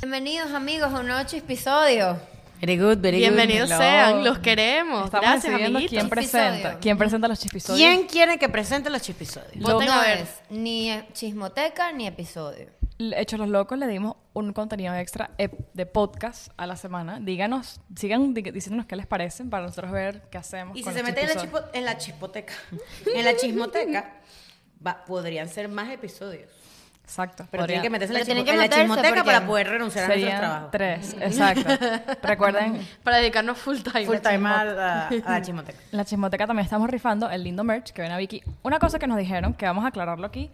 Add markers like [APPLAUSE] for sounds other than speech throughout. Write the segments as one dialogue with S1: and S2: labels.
S1: Bienvenidos amigos a un nuevo episodio.
S2: Very good, very good.
S3: Bienvenidos
S2: Hello.
S3: sean, los queremos.
S4: Estamos
S3: Gracias,
S4: decidiendo
S3: amiguitos.
S4: quién presenta.
S1: Chispisodio.
S4: ¿Quién presenta los chispisodios?
S2: ¿Quién quiere que presente los chipisodios?
S1: No
S3: Voten a ver.
S1: es ni eh, chismoteca ni episodio.
S4: Hechos los locos le dimos un contenido extra eh, de podcast a la semana. Díganos, sigan di- diciéndonos qué les parecen para nosotros ver qué hacemos.
S2: Y si
S4: con
S2: se
S4: los
S2: meten en la,
S4: chispisodios.
S2: chispo- en la chispoteca, en la chismoteca, va- podrían ser más episodios.
S4: Exacto.
S2: Pero tienen
S4: podrían-
S2: que meterse en la,
S1: Pero tienen
S2: chismo-
S1: que
S2: en la
S1: meterse
S2: chismoteca
S1: porque
S2: para poder renunciar a nuestros
S4: Serían
S2: trabajos. [LAUGHS]
S4: tres, exacto. Recuerden,
S3: Para dedicarnos full time.
S2: full time a la, a la chismoteca.
S4: en la chismoteca también estamos rifando el lindo merch que ven a Vicky. Una cosa que nos dijeron, que vamos a aclararlo aquí.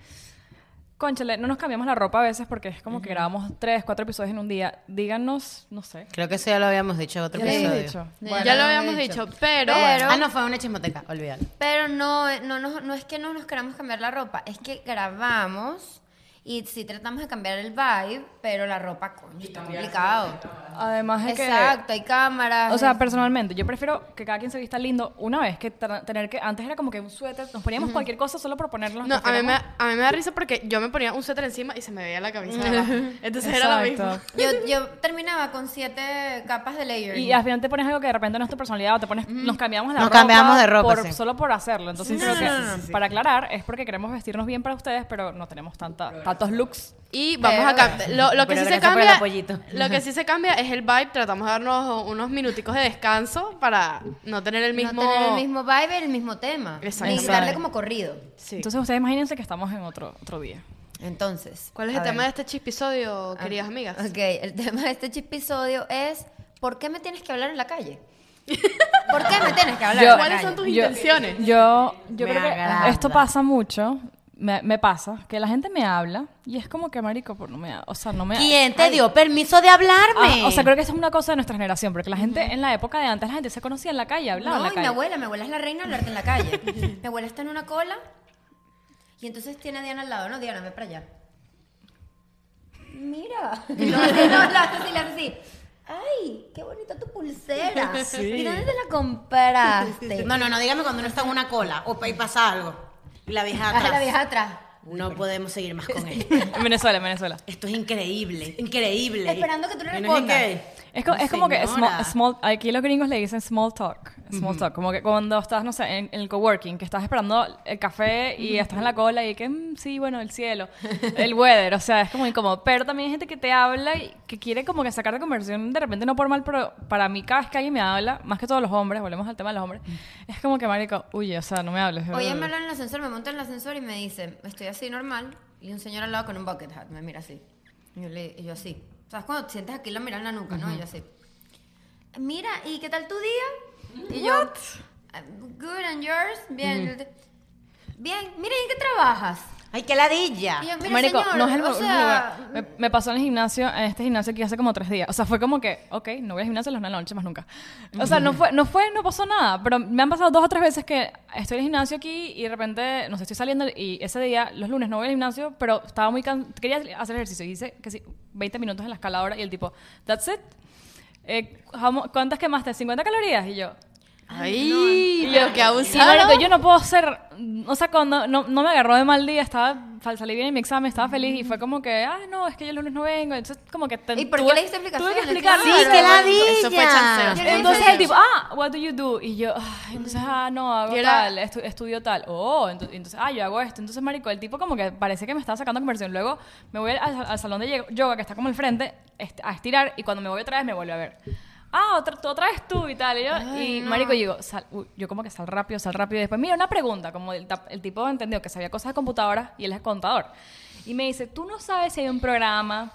S4: Conchale, no nos cambiamos la ropa a veces porque es como que grabamos tres, cuatro episodios en un día. Díganos, no sé.
S5: Creo que eso ya lo habíamos dicho en otro
S4: ¿Qué les
S5: episodio.
S4: he dicho?
S1: Bueno,
S3: ya
S1: lo
S3: lo habíamos
S1: he dicho.
S3: dicho, pero,
S1: Pero-
S5: Ah, no, fue una chismoteca, olvídalo.
S1: Pero no, eh, no, nos- no es que no nos queramos cambiar la ropa, es que grabamos y sí tratamos de cambiar el vibe, pero la ropa, coño, está complicado.
S4: Además es que...
S1: Exacto, hay cámaras.
S4: O sea,
S1: es-
S4: personalmente, yo prefiero que cada quien se vista lindo una vez que tra- tener que. Antes era como que un suéter, nos poníamos cualquier cosa solo por ponernos.
S3: No, a mí, me, a mí me da risa porque yo me ponía un suéter encima y se me veía la camisa de abajo. [LAUGHS] Entonces era lo mismo.
S1: yo, yo terminaba con siete capas de layer.
S4: Y al final te pones algo que de repente no es tu personalidad o te pones. Nos cambiamos la
S5: Nos
S4: ropa.
S5: cambiamos de ropa,
S4: por-
S5: sí.
S4: Solo por hacerlo. Entonces creo que, para aclarar, es porque queremos vestirnos bien para ustedes, pero no tenemos tanta, tantos looks.
S3: Y vamos
S1: Pero-
S3: a cambiar. Lo, lo que
S5: Pero
S3: sí se
S5: gracias por el
S3: cambia.
S5: apoyito.
S3: Lo que sí se cambia es el vibe. Tratamos de darnos unos minuticos de descanso para no tener el mismo.
S1: No tener el mismo vibe, el mismo tema.
S3: Exacto.
S1: Y darle como corrido.
S3: Sí.
S4: Entonces ustedes imagínense que estamos en otro, otro día.
S1: Entonces.
S3: ¿Cuál es
S1: a
S3: el tema de
S1: ver.
S3: este chispisodio, queridas amigas?
S1: Ah, Ok, el tema de este chispisodio es ¿por qué me tienes que hablar en la calle? ¿Por qué me tienes que hablar en la
S3: ¿Cuáles
S1: calle?
S3: son tus
S4: Yo-
S3: intenciones?
S4: Yo, yo
S5: Me
S4: creo que
S5: agrada.
S4: esto pasa mucho. Me, me pasa que la gente me habla y es como que marico, por no me, ha- o sea, no me
S5: ¿Quién te dio permiso de hablarme?
S4: Ah, o sea, creo que eso es una cosa de nuestra generación, porque la gente en la época de antes, la gente se conocía en la calle, hablaba en
S1: No,
S4: la
S1: y mi
S4: calle.
S1: abuela, mi abuela es la reina de hablarte en la calle. mi abuela está en una cola y entonces tiene a Diana al lado, no, Diana, ve para allá. Mira. Y No, no, la hace así, la hace así. Ay, qué bonita tu pulsera. ¿Y dónde te la compraste?
S5: No, no, no, dígame cuando uno está en una cola o pa- y pasa algo. Y la vieja
S1: Ah,
S5: atrás.
S1: la vieja atrás.
S5: No podemos seguir más con esto.
S4: En Venezuela, en Venezuela.
S5: Esto es increíble, increíble.
S1: Esperando que tú le
S5: Y no
S1: respondas.
S5: que-
S4: Es, co- es como que
S5: Señora.
S4: small, small- aquí los gringos le dicen small talk, small talk, como que cuando estás, no sé, en, en el coworking, que estás esperando el café y estás en la cola y que mm, sí, bueno, el cielo, el weather, o sea, es como incómodo. Pero también hay gente que te habla y que quiere como que sacar de conversación de repente no por mal, pero para mí cada vez que alguien me habla, más que todos los hombres, volvemos al tema de los hombres, es como que marico, huye, o sea, no me hables.
S1: Oye, me hablan en el ascensor, me monto en el ascensor y me dicen, estoy así normal, y un señor al lado con un bucket hat, me mira así. Y yo, le- y yo así. ¿Sabes cuando te sientes aquí la mirada en la nuca, no? Y yo así. Mira, ¿y qué tal tu día? Y yo, "I'm good and yours, bien. Bien, mira, ¿y en qué trabajas?
S5: Ay, qué ladilla.
S1: Y yo, mira,
S4: Ah, Marico,
S1: señor,
S4: no es el
S1: o
S4: único
S1: sea, mm.
S4: lugar. Me, me pasó en el gimnasio, en este gimnasio que hace como tres días. O sea, fue como que, ok, no voy al gimnasio a las nueve de la noche más nunca. O sea, no fue, no fue, no pasó nada. Pero me han pasado dos o tres veces que estoy en el gimnasio aquí y de repente, no sé, estoy saliendo y ese día, los lunes, no voy al gimnasio, pero estaba muy cansado. Quería hacer ejercicio y hice que sí, 20 minutos en la escaladora y el tipo, that's it. Eh, how mu- ¿Cuántas quemaste? ¿50 calorías? Y yo,
S3: Ay, pero qué
S4: Sí,
S3: abusado.
S4: marico, yo no puedo ser, o sea, cuando no, no me agarró de mal día, estaba, fal- salí bien en mi examen, estaba feliz y fue como que, ah, no, es que yo el lunes no vengo, entonces como que... te-
S1: ¿Y por qué le diste
S4: Tuve que
S1: explicaciones?
S4: explicarlo.
S1: Claro.
S5: Sí, qué ladilla.
S3: Eso fue chanceo.
S1: Yo le dije,
S4: Entonces el tipo, ah, what do you do? Y yo, ah, entonces, ah, no, hago
S3: Y era-
S4: tal, estu- estudio tal. Oh, ento- entonces, ah, yo hago esto. Entonces, marico, el tipo como que parecía que me estaba sacando conversión. Luego me voy al, al salón de ye- yoga, que está como al frente, est- a estirar. Y cuando me voy otra vez, me vuelve a ver. Ah, otra, tú otra vez tú y tal. Y, yo, y marico, yo digo, sal- uy, yo como que sal rápido, sal rápido. Y después, mira, una pregunta. Como el, tap- el tipo entendió que sabía cosas de computadoras y él es contador. Y me dice, tú no sabes si hay un programa...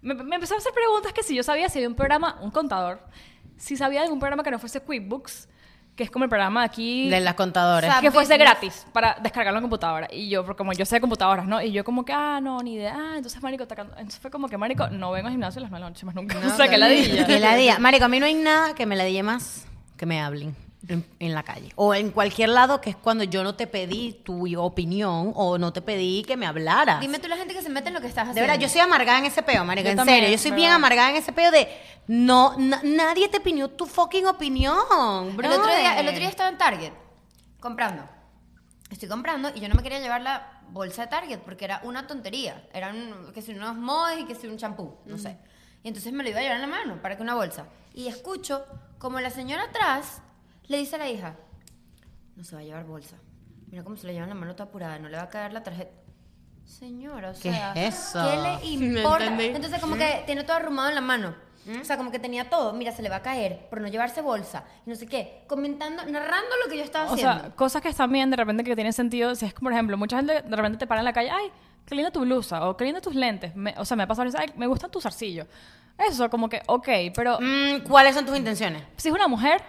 S4: Me, me empezó a hacer preguntas que si yo sabía si había un programa, un contador, si sabía de algún programa que no fuese QuickBooks, que es como el programa de aquí,
S5: De las contadoras.
S1: Sa-
S4: que fuese
S1: business.
S4: gratis para descargarlo en computadora. Y yo, como yo sé de computadoras, ¿no? Y yo como que, ah, no, ni idea. Ah, entonces, marico, tacando- entonces fue como que, marico, no vengo al gimnasio a las nueve de la noche más nunca. [LAUGHS] o sea, que la
S5: Que ladilla. Marico, a mí no hay nada que me ladille más que me hablen en, en la calle. O en cualquier lado, que es cuando yo no te pedí tu opinión o no te pedí que me hablaras.
S1: Dime tú la gente que se mete en lo que estás
S5: De
S1: haciendo.
S5: verdad, yo soy amargada en ese peo, marico.
S4: Yo
S5: en
S4: también,
S5: serio, yo soy
S4: ¿verdad?
S5: bien amargada en ese peo de no, na- nadie te pidió tu fucking opinión, bro.
S1: El otro, día, el otro día estaba en Target comprando. Estoy comprando y yo no me quería llevar la
S5: Mm.
S1: bolsa de Target porque era una tontería. Eran que si unos mods y que si un champú, no sé. Y entonces me lo iba a llevar en la mano para que una bolsa. Y escucho como la señora atrás le dice a la hija, no se va a llevar bolsa. Mira cómo se la lleva en la mano toda apurada, no le va a caer la tarjeta. Señora, o
S5: ¿Qué
S1: sea,
S5: es eso?
S1: ¿qué
S5: [LAUGHS]
S1: le
S3: No
S1: importa?
S3: entendí.
S1: Entonces como que tiene todo arrumado en la mano. O sea, como que tenía todo, mira, se le va a caer por no llevarse bolsa, y no sé qué, comentando, narrando lo que yo estaba
S4: O
S1: haciendo.
S4: sea, cosas que están bien de repente que tienen sentido. Si es que, por ejemplo, mucha gente de repente te para en la calle, ay, qué linda tu blusa, o qué linda tus lentes. Me- o sea, me ha pasado, ay, me gustan tus zarcillos. Eso, como que, ok, pero
S5: Mm, ¿Cuáles son tus intenciones?
S4: si es una mujer,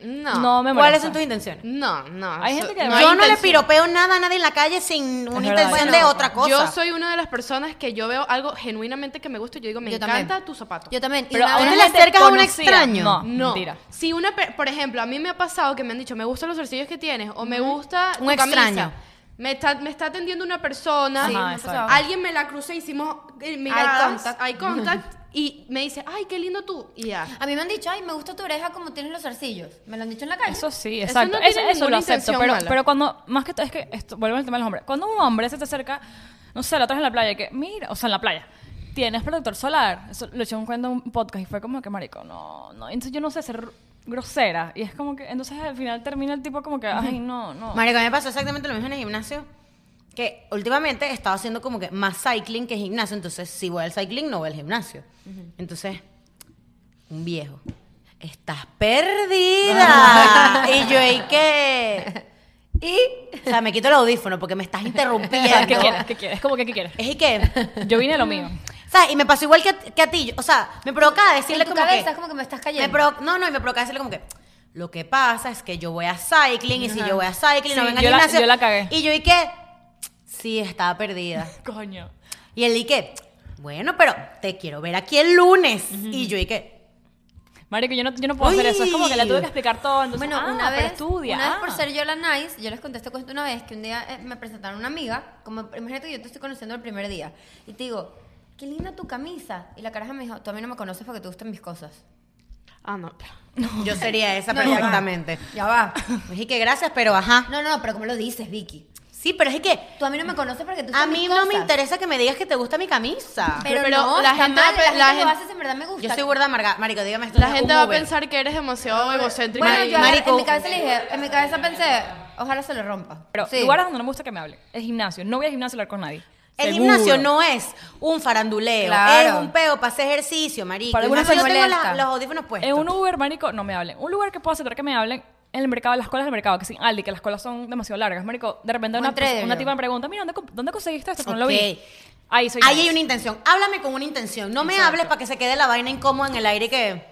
S3: No.
S4: No me
S5: ¿Cuáles
S4: molesta.
S5: son tus intenciones?
S3: No, no.
S4: Hay gente que-
S3: hay
S5: yo no le
S3: intención.
S5: piropeo nada a nadie en la calle sin una
S4: verdad.
S5: intención de
S4: Bueno,
S5: otra cosa.
S3: Yo soy una de las personas que yo veo algo genuinamente que me gusta y yo digo, me
S1: Yo también.
S3: encanta tu zapato.
S1: Yo también. Y
S4: Pero
S1: una
S4: a
S1: vez
S4: una
S5: ¿Tú te le
S4: gente
S5: acercas a un
S4: conocida.
S5: extraño?
S4: No.
S3: No.
S4: Mentira.
S3: Si una, per- por ejemplo, a mí me ha pasado que me han dicho, me gustan los zarcillos que tienes o me gusta
S5: Un
S3: tu
S5: extraño.
S3: camisa. Me está, me está atendiendo una persona.
S4: Sí, Ajá, me ha exacto. pasado.
S3: Alguien me la crucé, hicimos eh, miradas,
S1: contact.
S3: eye contact, y me dice, ay, qué lindo tú. Y ya.
S1: A mí me han dicho, ay, me gusta tu oreja como tienes los zarcillos. Me lo han dicho en la calle.
S4: Eso sí,
S3: Eso
S4: exacto.
S3: no
S4: Eso,
S3: tiene
S4: eso lo
S3: ninguna
S4: acepto.
S3: intención
S4: Pero,
S3: mala.
S4: pero cuando, más que todo, es que esto, volvemos al tema de los hombres. Cuando un hombre se te acerca, no sé, la otra vez en la playa, que mira, o sea, en la playa, tienes protector solar. Eso lo eché un cuento en un podcast y fue como que, marico, no, no. Entonces yo no sé ser grosera. Y es como que, entonces al final termina el tipo como que, ay, no,
S1: Oh.
S4: no.
S5: Marico, me pasó exactamente lo mismo en el gimnasio. Que últimamente he estado haciendo como que más cycling que gimnasio. Entonces, si voy al cycling, no voy al gimnasio. Entonces, un viejo. Estás perdida.
S1: [LAUGHS]
S5: y yo, ¿y qué? Y, o sea, me quito el audífono porque me estás
S1: [LAUGHS]
S5: interrumpiendo.
S4: ¿Qué quieres? ¿Qué quieres? Como que, ¿qué
S5: [LAUGHS]
S4: quieres?
S5: Es y qué.
S4: Yo vine a lo mío.
S5: ¿Sabes? Y me pasó igual que, a- que a ti. O sea, me provocaba
S1: en
S5: decirle
S1: tu
S5: como
S1: cabeza
S5: que.
S1: es como que me estás
S5: Me
S1: cayendo.
S5: provo- no, no, y me provoca decirle como que lo que pasa es que yo voy a cycling y si yo voy a cycling no
S4: Sí,
S5: venga al
S4: yo la-
S5: gimnasio.
S4: yo la cagué.
S5: Y yo y que sí estaba perdida.
S4: Coño.
S5: Y él y que bueno, pero te quiero ver aquí el lunes. Y yo y que
S4: Marico, yo no, yo no puedo hacer eso. Es como que le tuve que explicar todo. Entonces,
S1: bueno,
S4: ah,
S1: una
S4: pero
S1: vez,
S4: estudia.
S1: una vez por
S4: ah.
S1: ser yo la nice, yo les conté este cuento una vez que un día eh, me presentaron una amiga, como imagínate que yo te estoy conociendo el primer día y te digo, qué linda tu camisa y la caraja me dijo, tú a mí no me conoces porque te gustan mis cosas.
S3: Ah, no.
S5: yo sería esa perfectamente.
S1: Ya va.
S5: Y que gracias, pero ajá.
S1: No, no, pero ¿cómo lo dices, Vicky?
S5: Sí, pero es que
S1: Tú a mí no me conoces porque te
S5: a
S1: gustan mis
S5: mí
S1: cosas.
S5: no me interesa que me digas que te gusta mi camisa.
S1: Pero,
S3: Pero
S1: no,
S3: la
S1: está
S3: gente-
S1: mal, la gente,
S3: la
S1: que lo
S3: gente-
S1: haces en verdad me gusta.
S5: Yo soy gorda amarga. Marico, dígame esto.
S3: La
S5: es
S3: gente
S5: un
S3: va a
S5: Uber.
S3: pensar que eres demasiado egocéntrica.
S1: Bueno,
S3: y-
S1: yo
S5: Marico.
S1: en mi cabeza le dije, en mi cabeza pensé, ojalá se le rompa.
S4: Pero
S1: Sí.
S4: lugares donde no me gusta que me hable. Es gimnasio. No voy al gimnasio a hablar con nadie. Seguro.
S5: El gimnasio no es un faranduleo,
S1: Claro.
S5: es un peo para hacer ejercicio, marico.
S1: Para
S5: Y
S1: algunos
S5: más yo
S1: se
S5: tengo
S1: molesta.
S5: la- los audífonos puestos.
S4: En un Uber, marico, no me hablen. Un lugar que puedo aceptar que me hablen en el mercado, las colas del mercado, que sin Aldi, que las colas son demasiado largas, marico. De repente
S1: O
S4: una,
S1: en Trello.
S4: una tipa me pregunta, mira, ¿dónde, comp- dónde conseguiste esto? Que no lo
S5: Ok.
S4: vi. Ahí soy
S5: Ahí
S4: yo.
S5: hay una intención. Háblame con una intención. No me hables para que se quede la vaina incómoda en el aire que.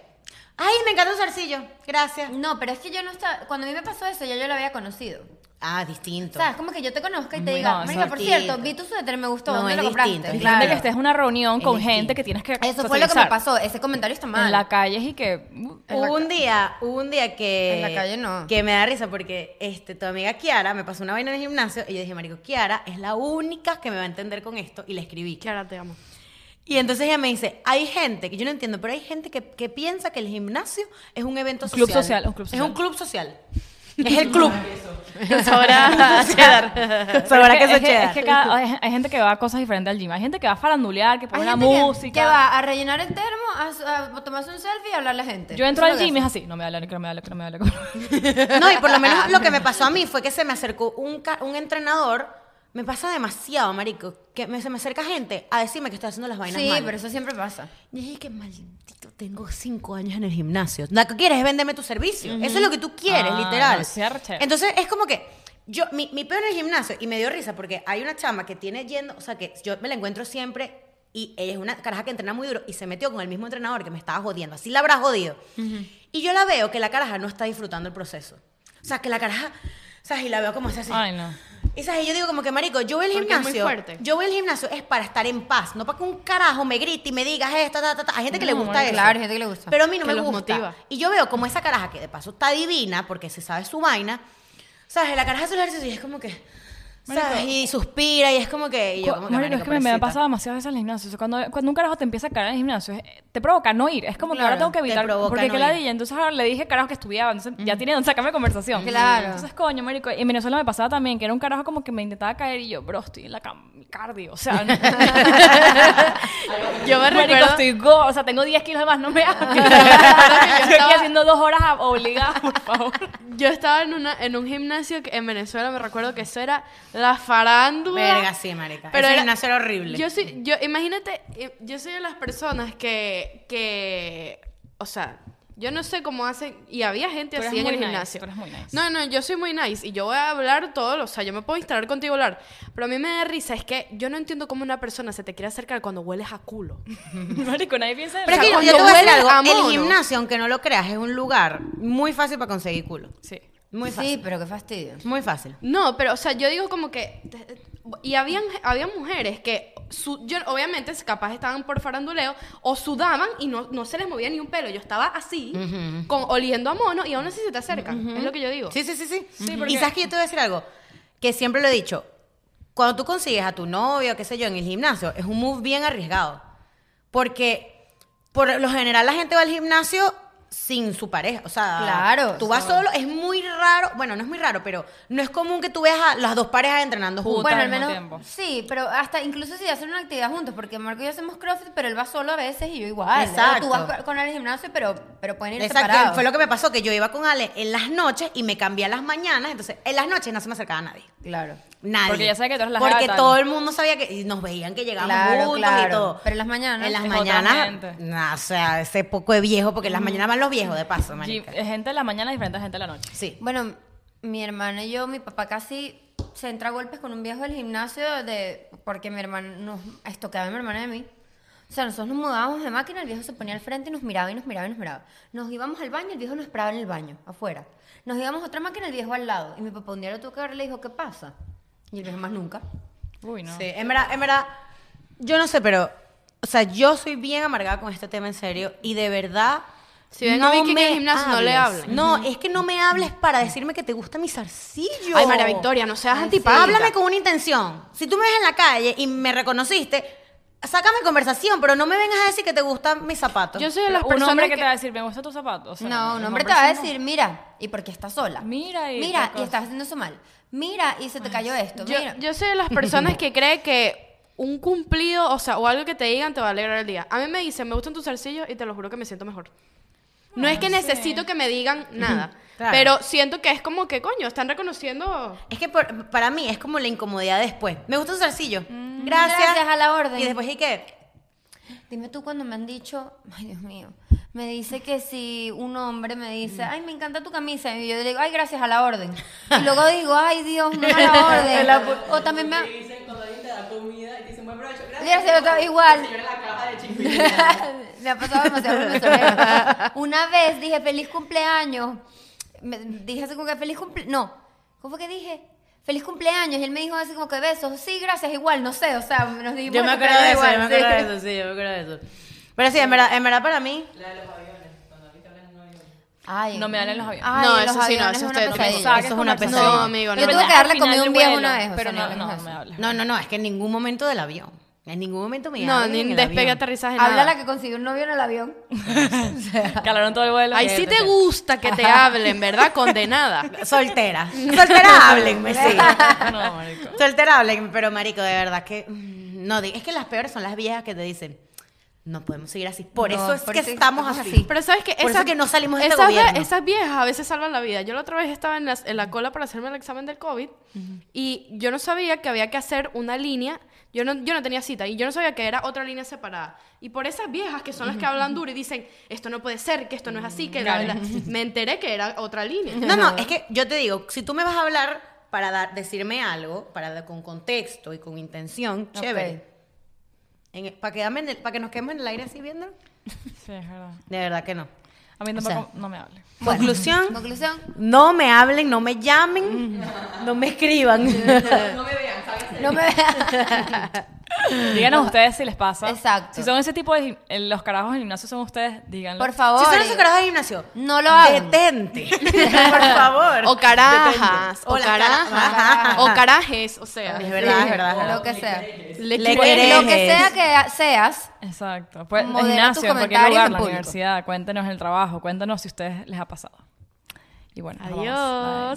S5: Ay, me encanta un zarcillo. Gracias.
S1: No, pero es que yo no estaba. Cuando a mí me pasó eso, ya yo la había conocido.
S5: Ah, distinto.
S1: O sea, es como que yo te conozca y te
S4: No,
S1: diga,
S4: es
S1: Marica, por
S5: distinto.
S1: cierto, vi tu suéter y me gustó.
S5: No,
S1: ¿Dónde
S5: es
S1: lo
S5: distinto,
S1: compraste?
S5: es
S4: Gente
S5: Claro.
S4: que estés en una reunión con
S5: Es
S4: gente que tienes que
S1: Eso fue lo que me
S4: socializar.
S1: pasó. Ese comentario está mal.
S4: En la calle y que...
S1: [LAUGHS]
S4: uh,
S1: en la
S5: Hubo un día, hubo un día que.
S1: En la calle no.
S5: Que me da risa porque este, tu amiga Kiara me pasó una vaina en el gimnasio y yo dije, Marico, Kiara es la única que me va a entender con esto y le escribí.
S3: Clara, te amo.
S5: Y entonces ella me dice, hay gente, que yo no entiendo, pero hay gente que, que piensa que el gimnasio es un evento
S4: Un
S5: social.
S4: club social, un club social.
S5: Es un
S4: [LAUGHS]
S5: club social. Es el club.
S3: [LAUGHS] Sabrá cheddar.
S4: pero
S5: [LAUGHS] Sabrá
S4: es que,
S5: que se
S4: es que-
S5: cheddar.
S4: es que cada- hay, hay gente que va a cosas diferentes al gym. Hay gente que va a farandulear, que
S1: Hay
S4: pone la
S1: gente que-
S4: música.
S1: Que va a rellenar el termo, a, su- a tomarse un selfie y a hablarle a la gente.
S4: Yo entro
S1: Eso
S4: al
S1: es lo que
S4: gym y es
S1: hace.
S4: así. No me hablan, que no me hablan, que no me hablan.
S1: [LAUGHS]
S5: No, y por lo menos lo que me pasó a mí fue que se me acercó un, ca- un entrenador. Me pasa demasiado, marico, que me- se me acerca gente a decirme que estoy haciendo las vainas
S1: Sí,
S5: mal.
S1: pero eso siempre pasa.
S5: Y dije que maldito, tengo cinco años en el gimnasio. Lo que quieres es venderme tu servicio. Eso es lo que tú quieres,
S4: Ah,
S5: literal.
S4: no, sí, arrechera.
S5: Entonces es como que yo, mi, mi peor en el gimnasio, y me dio risa porque hay una chama que tiene yendo, o sea, que yo me la encuentro siempre y ella es una caraja que entrena muy duro y se metió con el mismo entrenador que me estaba jodiendo. Así la habrá jodido. Y yo la veo que la caraja no está disfrutando el proceso. O sea, que la caraja, ¿sabes? Y la veo como se hace.
S4: Ay, no.
S5: Y sabes, yo digo como que, marico, yo voy al
S3: Porque es muy
S5: gimnasio.
S3: fuerte.
S5: Yo voy al gimnasio es para estar en paz, no para que un carajo me grite y me digas esto, ta, ta, ta. Hay gente que le
S4: No,
S5: gusta eso.
S1: claro, hay gente que le gusta.
S5: Pero a mí no
S3: Que
S5: me
S3: los
S5: gusta.
S3: motiva.
S5: Y yo veo como esa caraja que de paso está divina porque se sabe su vaina. ¿Sabes? La caraja hace los ejercicios y es como que. ¿sabes? Y suspira y es como que... Y yo
S4: Cu-
S5: como que,
S4: marico, es que me, me ha pasado demasiadas veces en el gimnasio. O sea, cuando, cuando un carajo te empieza a caer en el gimnasio, es- te provoca no ir. Es como que ahora tengo
S5: Claro,
S4: que
S5: te
S4: evitar.
S5: provoca
S4: porque
S5: no
S4: qué
S5: ir.
S4: ladilla. Entonces ahora le dije carajo que estudiaba. Entonces ya tiene donde sacarme conversación.
S1: Claro.
S4: Entonces, coño, marico. En Venezuela me pasaba también que era un carajo como que me intentaba caer y yo, bro, estoy en la cam- cardio. O
S5: [LAUGHS]
S4: sea, [LAUGHS] no-
S3: Yo me
S4: marico,
S3: recuerdo.
S4: estoy go. O sea, tengo 10 kilos de más, no me hagas.
S5: [LAUGHS]
S4: yo estoy haciendo dos horas a- obligadas, por
S5: [LAUGHS]
S4: favor.
S3: Yo estaba en, una, en un gimnasio que- en Venezuela, me recuerdo que eso era la farándula.
S5: Verga, sí, marica. Ese gimnasio era horrible.
S3: Yo soy, yo, imagínate, eh, yo soy de las personas que, que, o sea, yo no sé cómo hacen, y había gente
S4: Tú eres
S3: así en
S4: muy
S3: el
S4: nice,
S3: gimnasio.
S4: tú eres muy nice.
S3: No, no, yo soy muy nice y yo voy a hablar todo, o sea, yo me puedo instalar contigo a hablar, pero a mí me da risa, es que yo no entiendo cómo una persona se te quiere acercar cuando hueles a culo.
S4: Marico, nadie piensa en eso.
S5: Pero es que yo,
S3: cuando
S5: yo te voy a decir
S3: huele
S5: algo.
S3: a mono.
S5: el gimnasio, aunque no lo creas, es un lugar muy fácil para conseguir culo.
S4: Sí.
S5: Muy fácil.
S1: Sí, pero qué fastidio.
S5: Muy fácil.
S3: No, pero, o sea, yo digo como que. te- Y habían, había mujeres que, su- yo- obviamente, capaz estaban por faranduleo o sudaban y no, no se les movía ni un pelo. Yo estaba así, con, oliendo a mono y aún así se te acercan. Es lo que yo digo.
S5: Sí, sí, sí, sí.
S4: porque-
S5: Y sabes que yo te voy a decir algo, que siempre lo he dicho. Cuando tú consigues a tu novio, qué sé yo, en el gimnasio, es un move bien arriesgado. Porque por lo general la gente va al gimnasio sin su pareja. O sea,
S1: Claro,
S5: tú vas solo, es muy raro. Bueno, no es muy raro, pero no es común que tú veas a las dos parejas entrenando juntas.
S4: Puta,
S1: bueno,
S4: al
S1: al
S4: mismo
S1: menos.
S4: tiempo.
S1: Sí, pero hasta incluso si hacen una actividad juntos, porque Marco y yo hacemos CrossFit, pero él va solo a veces y yo igual.
S5: Exacto.
S1: O Tú vas con él al gimnasio, pero, pero pueden ir
S5: Exacto,
S1: separados.
S5: fue lo que me pasó, que yo iba con Ale en las noches y me cambié a las mañanas, entonces en las noches no se me acercaba nadie.
S1: Claro.
S5: Nadie.
S4: Porque ya sabía que tú eras la
S5: Porque
S4: gata.
S5: todo el mundo sabía que y nos veían que llegábamos
S1: Claro,
S5: juntos y
S1: claro.
S5: todo.
S1: Pero en las mañanas
S5: En las
S4: es otra
S5: mañanas.
S4: gente.
S5: nah, o sea, ese poco de viejo, porque en las mañanas van los viejos, de paso,
S4: Y
S5: marica.
S4: Gente de la mañana diferente a gente de la noche.
S5: Sí.
S1: Bueno, mi hermana y yo, mi papá casi se entra a golpes con un viejo del gimnasio de porque mi hermana nos estocaba a mi hermana y a mí. O sea, nosotros nos mudábamos de máquina, el viejo se ponía al frente y nos miraba y nos miraba y nos miraba. Nos íbamos al baño, el viejo nos esperaba en el baño, afuera. Nos íbamos a otra máquina, el viejo al lado. Y mi papá un día lo tuvo que ver y le dijo, ¿qué pasa? Y el viejo más nunca.
S4: Uy, no.
S5: Sí, en verdad, en verdad, yo no sé, pero, o sea, yo soy bien amargada con este tema en serio y de verdad...
S3: Si ven a Vicky que en el gimnasio, no le
S5: hables.
S3: hablen.
S5: No, es que no me hables para decirme que te gusta mi zarcillo.
S3: Ay, María Victoria, no seas
S5: Ay,
S3: antipática.
S5: sí. Háblame con una intención. Si tú me ves en la calle y me reconociste, sácame conversación, pero no me vengas a decir que te gustan mis zapatos.
S3: Yo soy de
S4: Pero
S3: las
S4: un
S3: personas
S4: hombre que,
S3: que-
S4: te va a decir, me gusta tu zapato. O sea,
S1: No, un
S4: los
S1: hombre te
S4: hombres
S1: va a
S4: son-
S1: decir, mira, y porque está sola.
S4: Mira y
S1: Mira,
S4: qué
S1: y
S4: cosa.
S1: estás haciendo eso mal. Mira, y se te cayó esto.
S3: Yo,
S1: mira.
S3: yo soy de las personas
S5: [LAUGHS]
S3: que cree que un cumplido, o sea, o algo que te digan te va a alegrar el día. A mí me dicen, me gustan tus zarcillos y te lo juro que me siento mejor. No es que necesito que me digan nada,
S5: Ah, Claro.
S3: pero siento que es como que, coño, están reconociendo...
S5: Es que por- para mí es como la incomodidad después. Me gusta un zarcillo.
S3: Mm.
S5: gracias.
S1: Gracias, a la orden.
S5: Y después hay que...
S1: Dime tú cuando me han dicho, [LAUGHS] ay Dios mío, me dice que si un hombre me dice, ay, me encanta tu camisa, y yo le digo, ay, gracias a la orden. Y luego digo, ay Dios, no a
S5: [LAUGHS]
S1: la orden. o también me... dicen cuando alguien te da comida y te dicen, buen provecho, gracias. otra- igual. [LAUGHS] me ha pasado demasiado con venezolano. Una vez dije, feliz cumpleaños. Me- dije así como que, feliz cumpleaños. No, ¿cómo fue que dije? Feliz cumpleaños. Y él me dijo así como que besos. Sí, gracias, igual, no sé, o sea, nos dimos
S5: Yo me
S1: los
S5: acuerdo de eso,
S1: igual,
S5: yo me acuerdo
S1: sí.
S5: de eso, sí, yo me acuerdo de eso. Pero sí, en verdad, en verdad para mí...
S1: Ay,
S4: No me dan en los aviones.
S3: No,
S1: en
S3: eso
S1: los
S3: sí, no,
S1: aviones
S3: eso
S1: es una
S3: ustedes no
S1: pesadilla.
S5: me
S4: Saques
S5: Eso es una
S4: conversación.
S3: pesadilla. No, amigo, no.
S1: Yo tuve
S4: Al
S1: que darle
S4: final
S1: comida a
S4: del
S1: un viejo
S4: vuelo,
S1: una vez, o
S4: Pero
S1: sea,
S4: no,
S1: no,
S4: no,
S1: no,
S4: me
S1: no.
S4: hables.
S5: No, no, no, es que en ningún momento del avión. En ningún momento me
S3: No,
S5: hablan
S3: ni
S5: en el
S3: despegue,
S5: avión.
S3: aterrizaje, nada.
S1: Habla la que consiguió un novio en el avión.
S4: [LAUGHS] Calaron todo el vuelo.
S3: Ay, sí te gusta
S5: [LAUGHS]
S3: que te hablen, ¿verdad? Condenada.
S5: Soltera. [LAUGHS] Soltera, háblenme, [LAUGHS] sí.
S4: [LAUGHS] No, marico.
S5: Soltera, háblenme, pero marico, de verdad que. mm, No, di- es que las peores son las viejas que te dicen. No podemos seguir así. Por
S1: No,
S5: eso es
S1: por
S5: que
S1: eso
S5: estamos
S1: estamos
S5: así.
S1: así.
S3: Pero sabes que
S5: Por eso que no salimos de este
S3: esas,
S5: gobierno.
S3: esas viejas a veces salvan la vida. Yo la otra vez estaba en las- en la, cola para hacerme el examen del COVID y yo no sabía que había que hacer una línea. Yo no, yo no tenía cita y yo no sabía que era otra línea separada. Y por esas viejas que son las que hablan duro y dicen, esto no puede ser, que esto no es así, que la- la-". me enteré que era otra línea.
S5: No, [LAUGHS] no, es que yo te digo, si tú me vas a hablar para dar- decirme algo, para dar- con contexto y con intención, chévere. para, quedarme en el- pa' que nos quedemos en el aire así viendo.
S4: Sí, es verdad.
S5: De verdad que no.
S4: A mí
S5: sea-
S4: tampoco no me hable.
S5: Conclusión.
S1: Conclusión.
S5: No me hablen, no
S3: [LAUGHS]
S5: me llamen, no me escriban.
S1: No me veas.
S4: Díganos ustedes si les pasa.
S1: Exacto.
S4: Si son ese tipo de... gim- eh, Los carajos del gimnasio son ustedes, díganlo.
S1: Por favor.
S5: Si son esos carajos de gimnasio,
S1: No lo hagan.
S5: Detente. [LAUGHS] Por favor.
S3: O carajas, o
S5: O las cara-
S3: carajas, o carajes, o sea.
S5: Es verdad, es verdad. es verdad.
S1: Lo que sea.
S3: Le
S5: Le
S3: quiere-
S5: querés.
S1: Lo que sea que seas,
S4: Exacto. Pues, el
S1: Modera tus
S4: gimnasio, en cualquier
S1: comentarios
S4: lugar,
S1: en
S4: la
S1: público.
S4: universidad. Cuéntenos el trabajo. Cuéntenos si a ustedes les ha pasado. Y bueno, nos vamos. Bye.
S3: Adiós.